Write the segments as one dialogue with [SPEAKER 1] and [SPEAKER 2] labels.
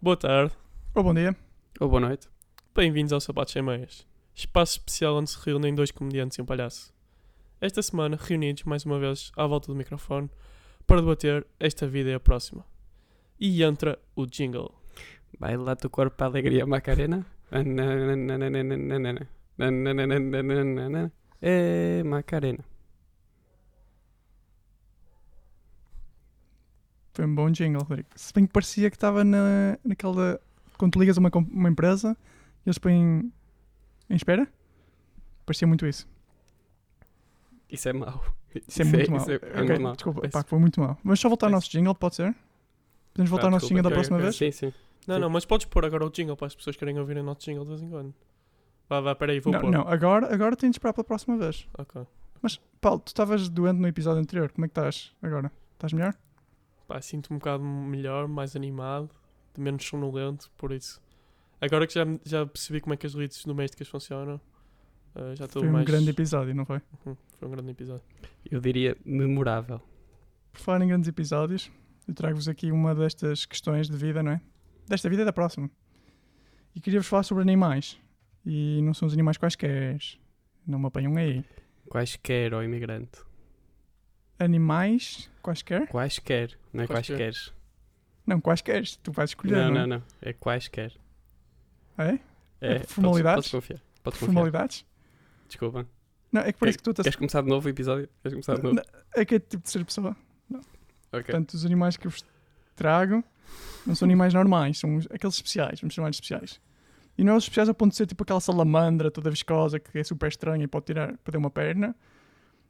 [SPEAKER 1] Boa tarde,
[SPEAKER 2] Ou Oh, bom dia.
[SPEAKER 3] Ou boa noite.
[SPEAKER 1] bem-vindos ao Sapatos Sem Meias, espaço especial onde se reúnem dois comediantes e um palhaço. Esta semana, reunidos mais uma vez à volta do microfone para debater esta vida e a próxima. E entra o jingle.
[SPEAKER 3] Baila tu corpo para a alegria, Macarena. Ananananananana. Ananananananana. É Macarena.
[SPEAKER 2] Foi um bom jingle, Rodrigo. Se bem que parecia que estava na, naquela. Quando tu ligas a uma, com- uma empresa, eles põem. em espera? Parecia muito isso.
[SPEAKER 3] Isso é mau.
[SPEAKER 2] Isso é muito mau.
[SPEAKER 3] Isso é, é
[SPEAKER 2] Ok,
[SPEAKER 3] muito mau.
[SPEAKER 2] Desculpa,
[SPEAKER 3] Peço-
[SPEAKER 2] pá, que foi muito mal. Mas só voltar ao
[SPEAKER 3] Peço-
[SPEAKER 2] nosso jingle, pode ser? Podemos voltar
[SPEAKER 3] pá,
[SPEAKER 2] ao nosso
[SPEAKER 3] Ah, desculpa,
[SPEAKER 2] jingle da
[SPEAKER 3] ok,
[SPEAKER 2] próxima
[SPEAKER 3] ok.
[SPEAKER 2] vez?
[SPEAKER 3] Sim, sim.
[SPEAKER 1] Não,
[SPEAKER 3] Sim.
[SPEAKER 1] não, mas podes pôr agora o jingle para as pessoas que querem ouvir o nosso jingle de vez em quando. Vá, vá, peraí, vou
[SPEAKER 2] não,
[SPEAKER 1] pôr.
[SPEAKER 2] não, agora, agora tens de esperar pela próxima vez.
[SPEAKER 1] Ok.
[SPEAKER 2] Mas, Paulo, tu estavas doente no episódio anterior. Como é que estás agora? Estás melhor?
[SPEAKER 1] Pá, sinto-me um bocado melhor, mais animado, de menos sonolento, por isso. Agora que já, já percebi como é que as redes domésticas funcionam, ah, já estou
[SPEAKER 2] foi um
[SPEAKER 1] mais.
[SPEAKER 2] grande episódio, não foi?
[SPEAKER 1] Uhum, foi um grande episódio.
[SPEAKER 3] Eu diria memorável.
[SPEAKER 2] Por falar em grandes episódios, eu trago-vos aqui uma destas questões de vida, não é? Desta vida e da próxima. E queria-vos falar sobre animais. E não são os animais quaisquer. Não me apanham aí.
[SPEAKER 3] Quaisquer, ó imigrante.
[SPEAKER 2] Animais quaisquer?
[SPEAKER 3] Quaisquer. Não é
[SPEAKER 1] Quaisquer.
[SPEAKER 3] quaisquer.
[SPEAKER 2] Não, quaisquer. Tu vais escolher,
[SPEAKER 3] Não,
[SPEAKER 2] não,
[SPEAKER 3] não, não. É quaisquer.
[SPEAKER 2] É? É
[SPEAKER 3] podes-
[SPEAKER 2] formalidades?
[SPEAKER 3] Podes confiar. Podes confiar.
[SPEAKER 2] Formalidades?
[SPEAKER 3] Desculpa.
[SPEAKER 2] Não, é que parece que tu estás...
[SPEAKER 3] Queres começar de novo o episódio? Queres começar de novo?
[SPEAKER 2] Não, É que é tipo de ser pessoa.
[SPEAKER 3] Ok.
[SPEAKER 2] Portanto, os animais que eu vos trago não são animais normais, são os- aqueles especiais, vamos chamar de especiais. E não é os especiais ao ponto de ser tipo aquela salamandra toda viscosa que é super estranha e pode tirar, perder uma perna.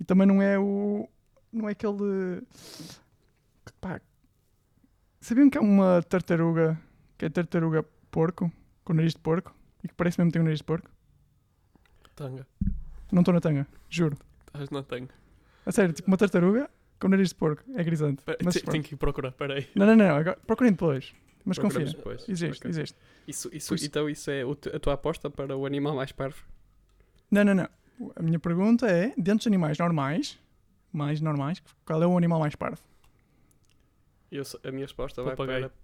[SPEAKER 2] E também não é o. Não é aquele. Pá. Sabiam que é uma tartaruga que é tartaruga porco, com nariz de porco e que parece mesmo que tem um nariz de porco?
[SPEAKER 1] Tanga.
[SPEAKER 2] Não estou na tanga, juro.
[SPEAKER 1] Estás na tanga.
[SPEAKER 2] A sério, tipo uma tartaruga com nariz de porco, é grisante.
[SPEAKER 1] Pera,
[SPEAKER 2] Mas
[SPEAKER 1] te-
[SPEAKER 2] pronto.
[SPEAKER 1] tenho que ir procurar, peraí.
[SPEAKER 2] Não, não, não, agora, procurem depois. Mas confia.
[SPEAKER 3] Procuramos depois.
[SPEAKER 2] Existe,
[SPEAKER 3] Ok.
[SPEAKER 2] existe.
[SPEAKER 3] Isso, isso,
[SPEAKER 2] Por isso-
[SPEAKER 3] Então isso é o te- a tua aposta para o animal mais parvo?
[SPEAKER 2] Não, não, não. A minha pergunta é: dentre os animais normais, mais normais, qual é o animal mais parvo?
[SPEAKER 3] Eu, sou- a minha resposta
[SPEAKER 1] Papagaio.
[SPEAKER 3] vai para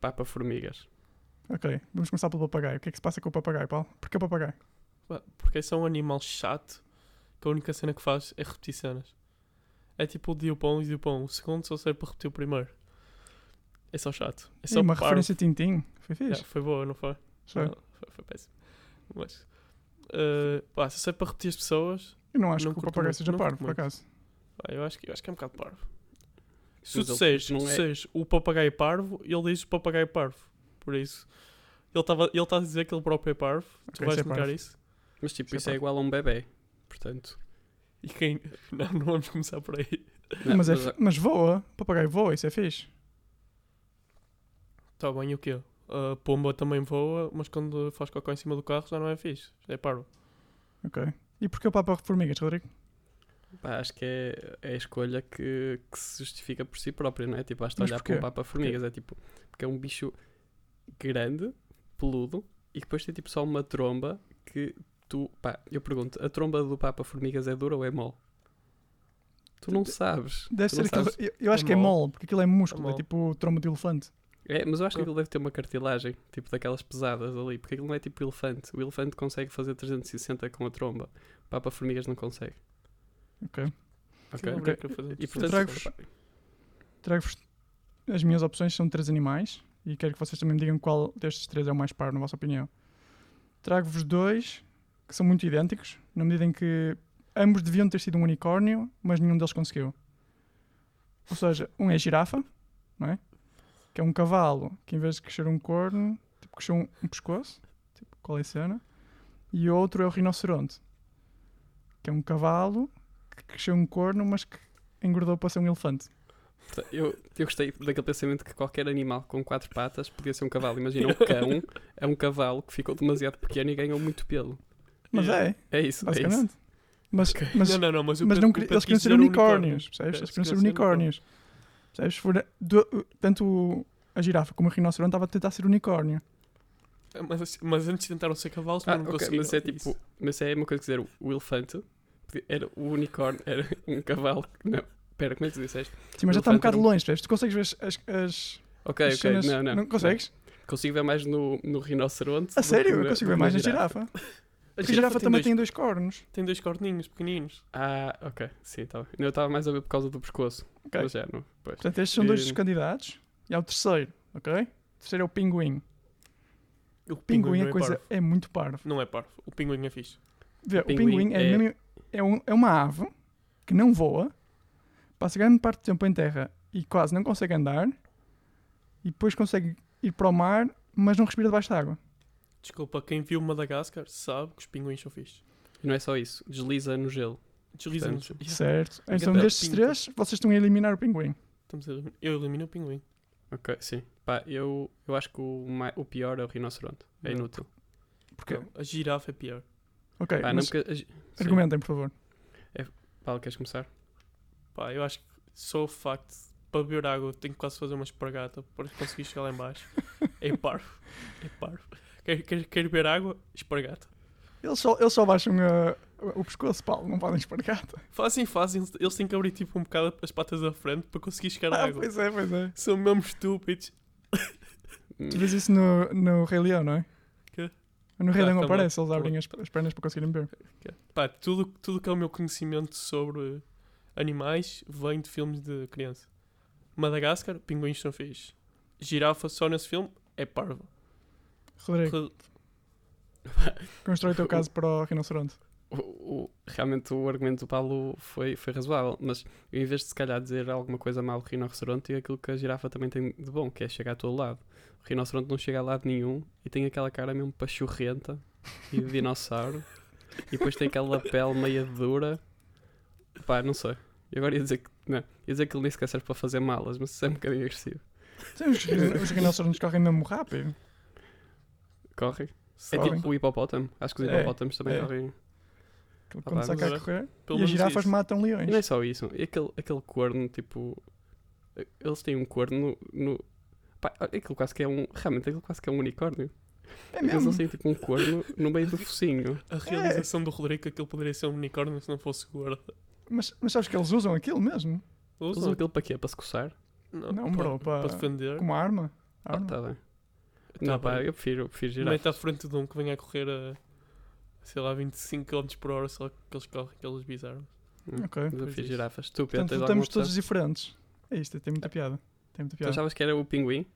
[SPEAKER 3] papa-formigas.
[SPEAKER 2] Ok, vamos começar pelo papagaio. O que é que se passa com o papagaio, Paulo? Porquê o papagaio?
[SPEAKER 1] Pá, Porque esse é um animal chato que a única cena que faz é repetir cenas. É tipo o Diopão e o Diopão. O segundo só serve para repetir o primeiro. É só chato. É
[SPEAKER 2] Sim,
[SPEAKER 1] só
[SPEAKER 2] uma
[SPEAKER 1] parvo.
[SPEAKER 2] referência a Tintim. Foi
[SPEAKER 1] Yeah,
[SPEAKER 2] fixe.
[SPEAKER 1] foi boa, não foi?
[SPEAKER 2] Só.
[SPEAKER 1] Não, foi, foi péssimo. Mas. eh, pá, se serve para repetir as pessoas,
[SPEAKER 2] Eu não acho
[SPEAKER 1] Não
[SPEAKER 2] que o
[SPEAKER 1] curto
[SPEAKER 2] papagaio
[SPEAKER 1] muito,
[SPEAKER 2] seja
[SPEAKER 1] não
[SPEAKER 2] parvo,
[SPEAKER 1] curto
[SPEAKER 2] por
[SPEAKER 1] muito.
[SPEAKER 2] acaso.
[SPEAKER 1] pá, eu, acho que, eu acho que é um bocado parvo. Se tu
[SPEAKER 3] Mas ele
[SPEAKER 1] disseres,
[SPEAKER 3] não
[SPEAKER 1] tu
[SPEAKER 3] é-
[SPEAKER 1] disseres o papagaio parvo, ele diz o papagaio parvo. Por isso. Ele estava ele tá a dizer que ele próprio é parvo. tu
[SPEAKER 2] Ok,
[SPEAKER 1] vais
[SPEAKER 2] isso é
[SPEAKER 1] negar
[SPEAKER 2] parvo.
[SPEAKER 1] isso?
[SPEAKER 3] Mas tipo,
[SPEAKER 2] Isso é
[SPEAKER 3] isso é
[SPEAKER 2] parvo.
[SPEAKER 3] igual a um bebê. Portanto...
[SPEAKER 1] E quem. Não, não vamos começar por aí.
[SPEAKER 3] não,
[SPEAKER 2] mas, é fi- mas voa. O papagaio voa, isso é fixe.
[SPEAKER 1] Tá bem, e o quê? A pomba também voa, mas quando faz cocó em cima do carro já não é fixe. Já é parvo.
[SPEAKER 2] Ok. E porquê o papa formigas, Rodrigo?
[SPEAKER 3] ah, pá, acho que é, é a escolha que, que se justifica por si própria, não é? Tipo, basta
[SPEAKER 2] Mas
[SPEAKER 3] olhar
[SPEAKER 2] porquê?
[SPEAKER 3] para um papa-formigas. É tipo... Porque é um bicho grande, peludo, e depois tem tipo só uma tromba que tu... Pá, eu pergunto, a tromba do papa-formigas é dura ou é mole? Tu não sabes.
[SPEAKER 2] Deve
[SPEAKER 3] tu
[SPEAKER 2] ser
[SPEAKER 3] não
[SPEAKER 2] aquilo.
[SPEAKER 3] sabes.
[SPEAKER 2] Eu, eu acho
[SPEAKER 1] É
[SPEAKER 2] que é
[SPEAKER 1] mole.
[SPEAKER 2] mole, porque aquilo é músculo, é,
[SPEAKER 1] mole.
[SPEAKER 2] tipo o trombo de elefante.
[SPEAKER 3] É, mas eu acho
[SPEAKER 1] Ah.
[SPEAKER 3] que aquilo deve ter uma cartilagem, tipo daquelas pesadas ali, porque aquilo não é tipo elefante. O elefante consegue fazer 360 com a tromba. O Papa Formigas não consegue.
[SPEAKER 2] Ok.
[SPEAKER 3] Ok?
[SPEAKER 1] Sim,
[SPEAKER 2] ok.
[SPEAKER 1] eu queria fazer-
[SPEAKER 3] E portanto,
[SPEAKER 2] trago-vos-
[SPEAKER 3] pá,
[SPEAKER 2] Trago-vos. As minhas opções são três animais e quero que vocês também me digam qual destes três é o mais par, na vossa opinião. Trago-vos dois que são muito idênticos, na medida em que ambos deviam ter sido um unicórnio, mas nenhum deles conseguiu. Ou seja, um é girafa, não é? Que é um cavalo que em vez de crescer um corno, tipo, cresceu um, um pescoço, tipo, qual é a cena? E o outro é o rinoceronte, que é um cavalo que cresceu um corno, mas que engordou para ser um elefante.
[SPEAKER 3] portanto, eu, eu gostei daquele pensamento que qualquer animal com quatro patas podia ser um cavalo. Imagina um cão, é um cavalo que ficou demasiado pequeno e ganhou muito pelo.
[SPEAKER 2] Mas
[SPEAKER 1] Yeah.
[SPEAKER 2] é,
[SPEAKER 3] É isso, é isso.
[SPEAKER 2] basicamente. Mas,
[SPEAKER 3] Ok.
[SPEAKER 2] mas,
[SPEAKER 1] não, não, não, mas, o
[SPEAKER 2] mas
[SPEAKER 1] Pedro-
[SPEAKER 2] não,
[SPEAKER 1] o
[SPEAKER 2] queria-
[SPEAKER 1] Pedro
[SPEAKER 2] eles queriam
[SPEAKER 1] quis
[SPEAKER 2] ser
[SPEAKER 1] dizer
[SPEAKER 2] unicórnios,
[SPEAKER 1] É,
[SPEAKER 2] percebes? Eles
[SPEAKER 1] eles
[SPEAKER 2] queriam ser
[SPEAKER 1] queriam ser
[SPEAKER 2] unicórnios. Percebes? Fora- do- tanto o- a girafa como o rinoceronte estava a tentar ser
[SPEAKER 1] unicórnio.
[SPEAKER 2] unicórnio.
[SPEAKER 1] É, Mas, assim, mas antes tentaram ser cavalos, mas
[SPEAKER 3] Ah,
[SPEAKER 1] não
[SPEAKER 3] ok,
[SPEAKER 1] conseguiram.
[SPEAKER 3] mas é tipo,
[SPEAKER 1] Isso.
[SPEAKER 3] mas é uma coisa que dizer, o- o elefante podia- era o unicórnio, era um cavalo. que- Não, pera, como é que tu disseste?
[SPEAKER 2] Sim, mas já está um
[SPEAKER 3] elefante era
[SPEAKER 2] bocado
[SPEAKER 3] um-
[SPEAKER 2] longe, percebes? Tu consegues ver as, as, as
[SPEAKER 3] Ok, ok,
[SPEAKER 2] cenas-
[SPEAKER 3] não, não.
[SPEAKER 2] consegues?
[SPEAKER 3] Consigo ver mais no, no rinoceronte.
[SPEAKER 2] A
[SPEAKER 3] do
[SPEAKER 2] sério?
[SPEAKER 3] que
[SPEAKER 2] Eu
[SPEAKER 3] na-
[SPEAKER 2] consigo
[SPEAKER 3] do
[SPEAKER 2] ver
[SPEAKER 3] que
[SPEAKER 2] mais na girafa.
[SPEAKER 1] A
[SPEAKER 2] Porque a girafa
[SPEAKER 1] tem
[SPEAKER 2] também
[SPEAKER 1] dois,
[SPEAKER 2] tem dois cornos.
[SPEAKER 1] tem dois corninhos pequeninos.
[SPEAKER 3] Ah, ok. Sim, tá bem. Eu estava mais a ver por causa do pescoço.
[SPEAKER 2] Ok.
[SPEAKER 3] Mas já não. Pois.
[SPEAKER 2] Portanto, estes são dois dos
[SPEAKER 3] Hum.
[SPEAKER 2] candidatos. E há o terceiro, ok? O terceiro é o pinguim.
[SPEAKER 1] O
[SPEAKER 2] Pinguim,
[SPEAKER 1] não
[SPEAKER 2] é coisa
[SPEAKER 1] parvo.
[SPEAKER 2] é muito parvo.
[SPEAKER 1] Não é parvo. O pinguim é fixe.
[SPEAKER 2] Vê, o
[SPEAKER 3] Pinguim
[SPEAKER 2] pinguim é,
[SPEAKER 3] é-
[SPEAKER 2] mesmo- é um- é uma ave que não voa, passa grande parte do tempo em terra e quase não consegue andar, e depois consegue ir para o mar, mas não respira debaixo d'água.
[SPEAKER 1] Desculpa, quem viu Madagascar sabe que os pinguins são fixes.
[SPEAKER 3] E não é só isso. Desliza no gelo.
[SPEAKER 1] Deslizam-nos.
[SPEAKER 3] Portanto,
[SPEAKER 1] Yeah,
[SPEAKER 2] Certo? Então,
[SPEAKER 1] grande
[SPEAKER 2] destes
[SPEAKER 1] pinta.
[SPEAKER 2] três, vocês estão a eliminar o pinguim.
[SPEAKER 1] estamos a eliminar- Eu elimino o pinguim.
[SPEAKER 3] Ok, sim. Pá, eu, eu acho que o, mai- o pior é o rinoceronte. É
[SPEAKER 1] Não.
[SPEAKER 3] inútil.
[SPEAKER 2] Porque,
[SPEAKER 1] Não, a girafa é pior.
[SPEAKER 2] ok,
[SPEAKER 3] Pá, não
[SPEAKER 2] mas
[SPEAKER 3] porque. a gi- sim.
[SPEAKER 2] argumentem, por favor.
[SPEAKER 3] Paulo, queres começar?
[SPEAKER 1] Pá, eu acho que só o facto de para beber água eu tenho que quase fazer uma espargata para conseguir chegar lá em baixo. É parvo. É parvo. Quer, quer, quer beber água? Espargata.
[SPEAKER 2] Eles só, eles só baixam ah, o pescoço, Paulo, não podem espargata.
[SPEAKER 1] Fazem, fazem. Eles têm que abrir tipo um bocado as patas da frente para conseguir chegar à
[SPEAKER 2] Ah,
[SPEAKER 1] água.
[SPEAKER 2] pois é, pois é.
[SPEAKER 1] São mesmo estúpidos.
[SPEAKER 2] Tu vês isso no, no Rei Leão, não é?
[SPEAKER 1] Quê?
[SPEAKER 2] No Rei
[SPEAKER 1] Ah,
[SPEAKER 2] Leão
[SPEAKER 1] tá bom.
[SPEAKER 2] aparece, eles
[SPEAKER 1] Tá
[SPEAKER 2] abrem
[SPEAKER 1] bom.
[SPEAKER 2] as, as pernas para conseguirem beber.
[SPEAKER 1] Pá, tudo, tudo que é o meu conhecimento sobre animais vem de filmes de criança. Madagascar, pinguins são fixe. Girafa só nesse filme é parvo.
[SPEAKER 2] Rodrigo, constrói o teu caso para o rinoceronte.
[SPEAKER 3] O- o- realmente o argumento do Paulo foi, foi razoável, mas eu, em vez de se calhar dizer alguma coisa mal do rinoceronte, é aquilo que a girafa também tem de bom, que é chegar a todo lado. O rinoceronte não chega a lado nenhum e tem aquela cara mesmo pachorrenta e de dinossauro, e depois tem aquela pele meia dura. Pá, não sei. Eu agora ia dizer que. Não, ia dizer que ele nem sequer serve para fazer malas, mas isso é um bocadinho agressivo.
[SPEAKER 2] Sim, os, rino- os rinocerontes correm mesmo rápido.
[SPEAKER 3] Corre. É
[SPEAKER 2] Correm.
[SPEAKER 3] tipo o hipopótamo. Acho que os
[SPEAKER 2] É,
[SPEAKER 3] hipopótamos também
[SPEAKER 2] é.
[SPEAKER 3] correm.
[SPEAKER 2] Aquilo
[SPEAKER 3] Ah,
[SPEAKER 2] Quando
[SPEAKER 3] pá,
[SPEAKER 2] saca a
[SPEAKER 1] mas-
[SPEAKER 2] correr.
[SPEAKER 1] Pelo
[SPEAKER 2] e as
[SPEAKER 1] menos
[SPEAKER 2] girafas
[SPEAKER 1] isso.
[SPEAKER 2] matam
[SPEAKER 3] E não é
[SPEAKER 2] leões.
[SPEAKER 3] só isso, e aquele, aquele corno, tipo. Eles têm um corno no. Pá, aquilo quase que é um. Realmente, aquilo quase que é um unicórnio.
[SPEAKER 2] É
[SPEAKER 3] Eles
[SPEAKER 2] mesmo.
[SPEAKER 3] não têm tipo um corno no meio do focinho.
[SPEAKER 1] A realização do Rodrigo que aquilo poderia ser um unicórnio se não fosse gordo.
[SPEAKER 2] Mas, mas sabes que eles usam aquilo mesmo?
[SPEAKER 3] Eles usam aquilo para quê? Para se coçar?
[SPEAKER 2] Não, bro,
[SPEAKER 1] para
[SPEAKER 2] pá.
[SPEAKER 1] defender.
[SPEAKER 2] Como é arma.
[SPEAKER 3] Ah,
[SPEAKER 2] arma.
[SPEAKER 3] tá bem.
[SPEAKER 1] Tá
[SPEAKER 3] Não, pá,
[SPEAKER 1] bem.
[SPEAKER 3] eu prefiro, eu prefiro girar.
[SPEAKER 1] Mete à frente de um que venha a correr a sei lá 25 km por hora, só que eles correm aqueles bizarros.
[SPEAKER 2] Ok.
[SPEAKER 3] Mas eu prefiro
[SPEAKER 1] Pois
[SPEAKER 3] girafas. Tu, Pedro,
[SPEAKER 2] Portanto,
[SPEAKER 3] tens alguma
[SPEAKER 2] lutamos
[SPEAKER 3] opção?
[SPEAKER 2] todos diferentes. É isto, tem muita piada. Tem muita
[SPEAKER 3] Tu
[SPEAKER 2] piada.
[SPEAKER 3] achavas que era o pinguim?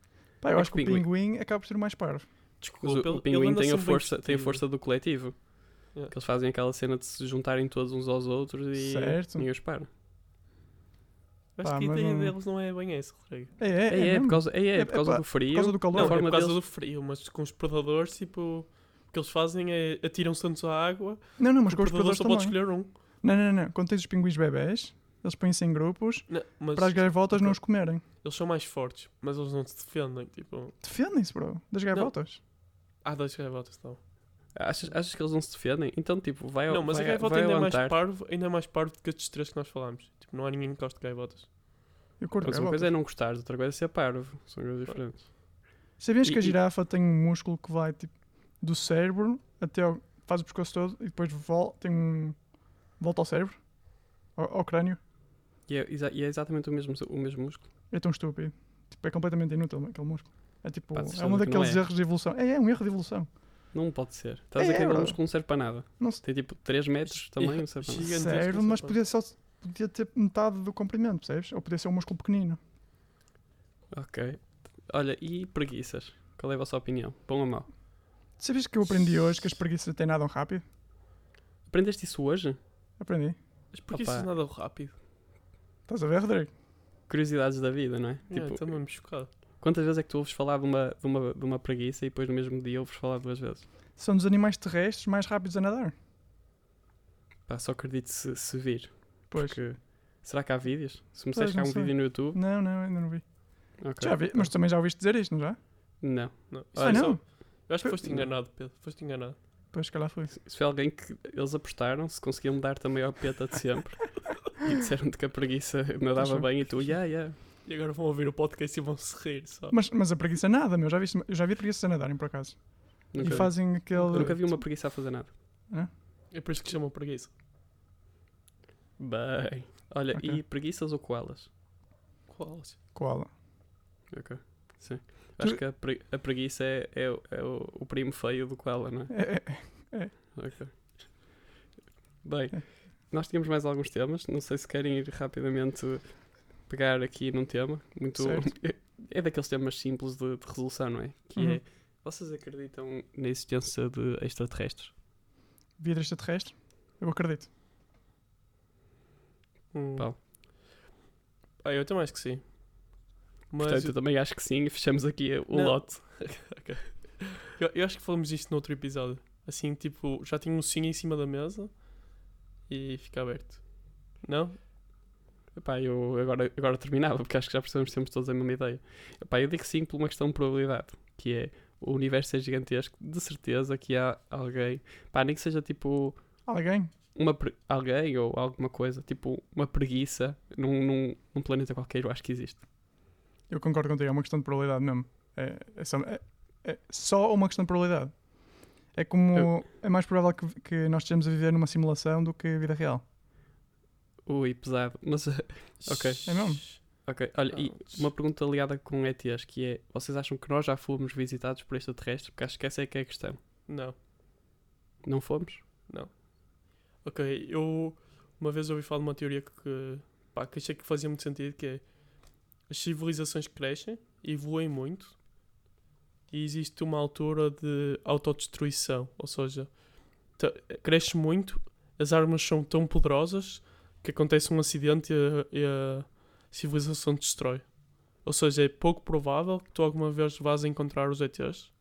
[SPEAKER 2] Pá, eu
[SPEAKER 3] é
[SPEAKER 2] acho que
[SPEAKER 3] que
[SPEAKER 2] o pinguim acaba por ser o mais parvo.
[SPEAKER 3] Mas o,
[SPEAKER 1] Desculpa, ele-
[SPEAKER 3] o pinguim
[SPEAKER 1] ele anda
[SPEAKER 3] tem a,
[SPEAKER 1] sempre bem
[SPEAKER 3] força, tem a
[SPEAKER 1] vestido.
[SPEAKER 3] força do coletivo.
[SPEAKER 1] Yeah.
[SPEAKER 3] Que eles fazem aquela cena de se juntarem todos uns aos outros e.
[SPEAKER 2] Certo.
[SPEAKER 3] E os param.
[SPEAKER 1] Acho
[SPEAKER 2] Pá,
[SPEAKER 1] que a
[SPEAKER 2] mas
[SPEAKER 1] ideia
[SPEAKER 2] não-
[SPEAKER 1] deles não é bem essa, Rodrigo.
[SPEAKER 2] É, é,
[SPEAKER 3] É, é,
[SPEAKER 2] mesmo.
[SPEAKER 3] por causa, é, é,
[SPEAKER 2] É,
[SPEAKER 3] por causa
[SPEAKER 2] pá,
[SPEAKER 3] do frio.
[SPEAKER 2] causa do calor.
[SPEAKER 3] a
[SPEAKER 1] Não, é
[SPEAKER 3] forma
[SPEAKER 1] por causa
[SPEAKER 3] deles-
[SPEAKER 1] do frio, mas com os predadores, tipo, o que eles fazem é atiram-se antes à água.
[SPEAKER 2] Não, não, mas
[SPEAKER 1] o
[SPEAKER 2] com os
[SPEAKER 1] predador
[SPEAKER 2] predadores
[SPEAKER 1] só pode
[SPEAKER 2] também.
[SPEAKER 1] escolher um.
[SPEAKER 2] Não, não, não. Quando tens os pinguins bebés, eles põem-se em grupos
[SPEAKER 1] Não, mas
[SPEAKER 2] para as gaivotas não os comerem.
[SPEAKER 1] eles são mais fortes, mas eles não se defendem. Tipo,
[SPEAKER 2] Defendem-se, bro, das gaivotas.
[SPEAKER 1] ah, das gaivotas estão.
[SPEAKER 3] Achas, achas que eles não se defendem? Então, tipo, vai ao
[SPEAKER 1] não, mas
[SPEAKER 3] vai,
[SPEAKER 1] a gaivota
[SPEAKER 3] vai
[SPEAKER 1] ainda
[SPEAKER 3] ao
[SPEAKER 1] é, mais
[SPEAKER 3] Antártico.
[SPEAKER 1] parvo, ainda é mais parvo do que estes três que nós falámos. Tipo, não há ninguém que goste de gaivotas.
[SPEAKER 2] Eu curto
[SPEAKER 3] Mas uma
[SPEAKER 2] gaivotas.
[SPEAKER 3] coisa é não gostar, outra coisa é ser parvo. São coisas diferentes.
[SPEAKER 2] Sabias que a
[SPEAKER 3] E- e-
[SPEAKER 2] girafa tem um músculo que vai tipo, do cérebro até ao. faz o pescoço todo e depois volta, tem um. volta ao cérebro? Ao, ao crânio?
[SPEAKER 3] E é, exa- e é exatamente o mesmo, o mesmo músculo.
[SPEAKER 2] É tão estúpido. Tipo, é completamente inútil aquele músculo. É tipo.
[SPEAKER 3] Pá,
[SPEAKER 2] é
[SPEAKER 3] de certeza
[SPEAKER 2] um
[SPEAKER 3] que não
[SPEAKER 2] daqueles
[SPEAKER 3] é.
[SPEAKER 2] erros de evolução. É, é um erro de evolução.
[SPEAKER 3] Não pode ser. Estás
[SPEAKER 2] É,
[SPEAKER 3] a dizer que aquele
[SPEAKER 2] bro.
[SPEAKER 3] músculo não serve para nada.
[SPEAKER 2] Não se
[SPEAKER 3] Tem tipo 3 metros também, não serve para nada.
[SPEAKER 1] Gigantesco,
[SPEAKER 2] serve,
[SPEAKER 1] não
[SPEAKER 2] mas
[SPEAKER 1] sei
[SPEAKER 2] podia, só, podia ter metade do comprimento, percebes? Ou podia ser um músculo pequenino.
[SPEAKER 3] Ok. Olha, e preguiças? Qual é a vossa opinião? Bom ou mau?
[SPEAKER 2] Sabias que eu aprendi hoje que as preguiças até nadam rápido?
[SPEAKER 3] Aprendeste isso hoje?
[SPEAKER 2] Aprendi.
[SPEAKER 1] Mas porque isso
[SPEAKER 3] Opa.
[SPEAKER 1] é nada rápido?
[SPEAKER 2] Estás a ver, Rodrigo?
[SPEAKER 3] Curiosidades da vida, não é?
[SPEAKER 1] Yeah,
[SPEAKER 3] tipo,
[SPEAKER 1] Estou mesmo chocado.
[SPEAKER 3] quantas vezes é que tu ouves falar de uma, de uma, de uma preguiça e depois no mesmo dia ouves falar duas vezes?
[SPEAKER 2] São dos animais terrestres mais rápidos a nadar.
[SPEAKER 3] Pá, só acredito se, se vir.
[SPEAKER 2] Pois.
[SPEAKER 3] Porque será que há vídeos? Se me
[SPEAKER 2] Pois,
[SPEAKER 3] disseres que há
[SPEAKER 2] não
[SPEAKER 3] um
[SPEAKER 2] sei.
[SPEAKER 3] vídeo no YouTube.
[SPEAKER 2] Não, não, ainda não vi.
[SPEAKER 3] ok.
[SPEAKER 2] Já vi, mas também já ouviste dizer isto, não já?
[SPEAKER 3] Não.
[SPEAKER 1] Não, isso
[SPEAKER 2] Ah,
[SPEAKER 1] é só-
[SPEAKER 2] não?
[SPEAKER 1] Eu acho que foste
[SPEAKER 3] Não.
[SPEAKER 1] enganado, Pedro. Foste enganado.
[SPEAKER 2] Pois, se calhar foi.
[SPEAKER 3] Se foi alguém que eles apostaram, se conseguiam dar também ao peta de sempre e disseram-te que a preguiça nadava
[SPEAKER 2] Pois é.
[SPEAKER 3] bem e tu, yeah, yeah.
[SPEAKER 1] E agora vão ouvir o podcast e vão se rir só.
[SPEAKER 2] Mas, mas a preguiça nada, meu. Já viste, eu já vi preguiças a nadarem, por acaso.
[SPEAKER 3] Nunca,
[SPEAKER 2] e fazem aquele...
[SPEAKER 3] nunca vi uma preguiça a fazer nada.
[SPEAKER 1] É por isso que chamam preguiça.
[SPEAKER 3] Bem. Olha,
[SPEAKER 2] Ok.
[SPEAKER 3] e preguiças ou koalas?
[SPEAKER 1] Qual?
[SPEAKER 2] Koala.
[SPEAKER 3] Ok, sim. Acho que a, pre- a preguiça é, é o- é o, o primo feio do koala, não é?
[SPEAKER 2] É, é,
[SPEAKER 3] Ok. Bem, nós tínhamos mais alguns temas. Não sei se querem ir rapidamente pegar aqui num tema. Muito...
[SPEAKER 2] Certo.
[SPEAKER 3] É daqueles temas simples de, de resolução, não é? Que
[SPEAKER 2] Uhum.
[SPEAKER 3] é, vocês acreditam na existência de extraterrestres?
[SPEAKER 2] vida extraterrestre? Eu acredito.
[SPEAKER 1] Hum.
[SPEAKER 3] Paulo.
[SPEAKER 1] Ah, eu também acho que sim. Mas
[SPEAKER 3] Portanto, eu também acho que sim e fechamos aqui o
[SPEAKER 1] Não.
[SPEAKER 3] lote.
[SPEAKER 1] eu, eu acho que falamos disto no outro episódio. Assim, tipo, já tinha um sim em cima da mesa e fica aberto. Não?
[SPEAKER 3] Epá, eu agora, agora terminava, porque acho que já percebemos que temos todos a mesma ideia. Epá, eu digo sim por uma questão de probabilidade, que é o universo é gigantesco, de certeza que há alguém, pá, nem que seja tipo
[SPEAKER 2] Alguém?
[SPEAKER 3] uma pre- alguém ou alguma coisa, tipo uma preguiça num, num, num planeta qualquer, eu acho que existe.
[SPEAKER 2] Eu concordo contigo, é uma questão de probabilidade mesmo. É, é só, é- é só uma questão de probabilidade. É como. É mais provável que, que nós estejamos a viver numa simulação do que a vida real.
[SPEAKER 3] Ui, pesado. Mas, Ok.
[SPEAKER 2] É mesmo? Ah,
[SPEAKER 3] ok, olha, e
[SPEAKER 1] Ouch.
[SPEAKER 3] uma pergunta ligada com ETs, que é, vocês acham que nós já fomos visitados por extraterrestres? Porque acho que essa é que é a questão.
[SPEAKER 1] Não.
[SPEAKER 3] Não fomos?
[SPEAKER 1] Ok, eu uma vez ouvi falar de uma teoria que, que, pá, que achei que fazia muito sentido, que é as civilizações crescem, evoluem muito e existe uma altura de autodestruição, ou seja, ta- cresce muito, as armas são tão poderosas que acontece um acidente e a, e a civilização destrói. Ou seja, é pouco provável que tu alguma vez vás a encontrar os ETs,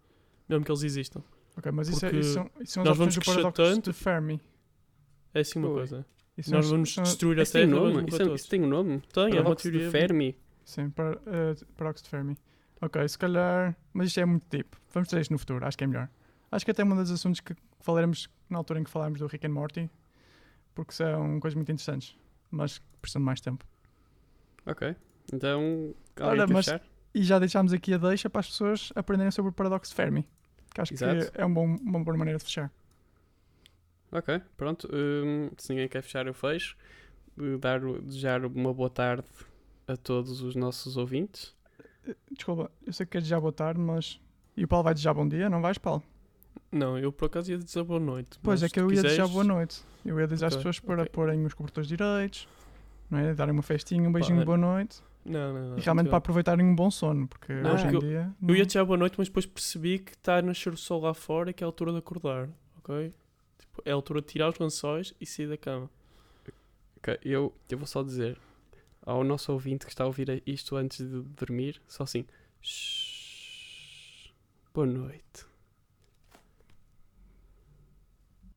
[SPEAKER 1] mesmo que eles existam.
[SPEAKER 2] Ok, mas isso, é,
[SPEAKER 1] Porque
[SPEAKER 2] isso são, isso são as
[SPEAKER 1] nós vamos
[SPEAKER 2] opções
[SPEAKER 1] crescer
[SPEAKER 2] do paradoxo
[SPEAKER 1] tanto-
[SPEAKER 2] de Fermi.
[SPEAKER 1] É assim uma
[SPEAKER 3] Ui.
[SPEAKER 1] coisa.
[SPEAKER 2] Isso
[SPEAKER 1] Nós
[SPEAKER 2] são-
[SPEAKER 1] vamos
[SPEAKER 2] são-
[SPEAKER 1] destruir a
[SPEAKER 3] Isso tem
[SPEAKER 1] Terra. vamos
[SPEAKER 3] nome?
[SPEAKER 1] morrer
[SPEAKER 3] Isso, é-
[SPEAKER 1] todos.
[SPEAKER 3] isso tem um nome?
[SPEAKER 1] Tem, é uma
[SPEAKER 3] Paradoxo de
[SPEAKER 1] teoria.
[SPEAKER 3] Fermi.
[SPEAKER 2] Sim, para, eh, paradoxo de Fermi. Ok, se calhar. Mas isto é muito tipo. Vamos ter isto no futuro, acho que é melhor. Acho que até é um dos assuntos que falaremos na altura em que falámos do Rick and Morty, porque são coisas muito interessantes, mas que precisam de mais tempo.
[SPEAKER 3] Ok. Então, alguém
[SPEAKER 2] Ora,
[SPEAKER 3] quer
[SPEAKER 2] mas-
[SPEAKER 3] fechar?
[SPEAKER 2] E já deixámos aqui a deixa para as pessoas aprenderem sobre o paradoxo de Fermi, que acho
[SPEAKER 3] Exato.
[SPEAKER 2] que é um bom- uma boa maneira de fechar.
[SPEAKER 3] Ok, pronto. Hum, se ninguém quer fechar, eu fecho. Eh, Dar, o- desejar uma boa tarde a todos os nossos ouvintes.
[SPEAKER 2] Desculpa, eu sei que queres já boa tarde, mas. E o Paulo vai desejar bom dia, não vais, Paulo?
[SPEAKER 1] Não, eu por acaso ia dizer boa noite.
[SPEAKER 2] Pois
[SPEAKER 1] mas
[SPEAKER 2] é que eu
[SPEAKER 1] se
[SPEAKER 2] ia
[SPEAKER 1] quiseres-
[SPEAKER 2] desejar boa noite. Eu ia dizer às
[SPEAKER 1] Ok,
[SPEAKER 2] pessoas para
[SPEAKER 1] ok.
[SPEAKER 2] porem os cobertores direitos, não é? Darem uma festinha, um beijinho de
[SPEAKER 1] olha,
[SPEAKER 2] boa noite.
[SPEAKER 1] Não, não, não.
[SPEAKER 2] E realmente hum. para
[SPEAKER 1] então,
[SPEAKER 2] aproveitarem um bom sono, porque
[SPEAKER 1] Não,
[SPEAKER 2] hoje
[SPEAKER 1] porque
[SPEAKER 2] em
[SPEAKER 1] eu-
[SPEAKER 2] dia.
[SPEAKER 1] Eu ia desejar boa noite, mas depois percebi que está a nascer o sol lá fora e que é a altura de acordar, ok? Tipo, é a altura de tirar os lençóis e sair da cama.
[SPEAKER 3] Ok, eu, eu vou só dizer ao nosso ouvinte que está a ouvir a- isto antes de dormir, só assim. "Shhh, boa noite.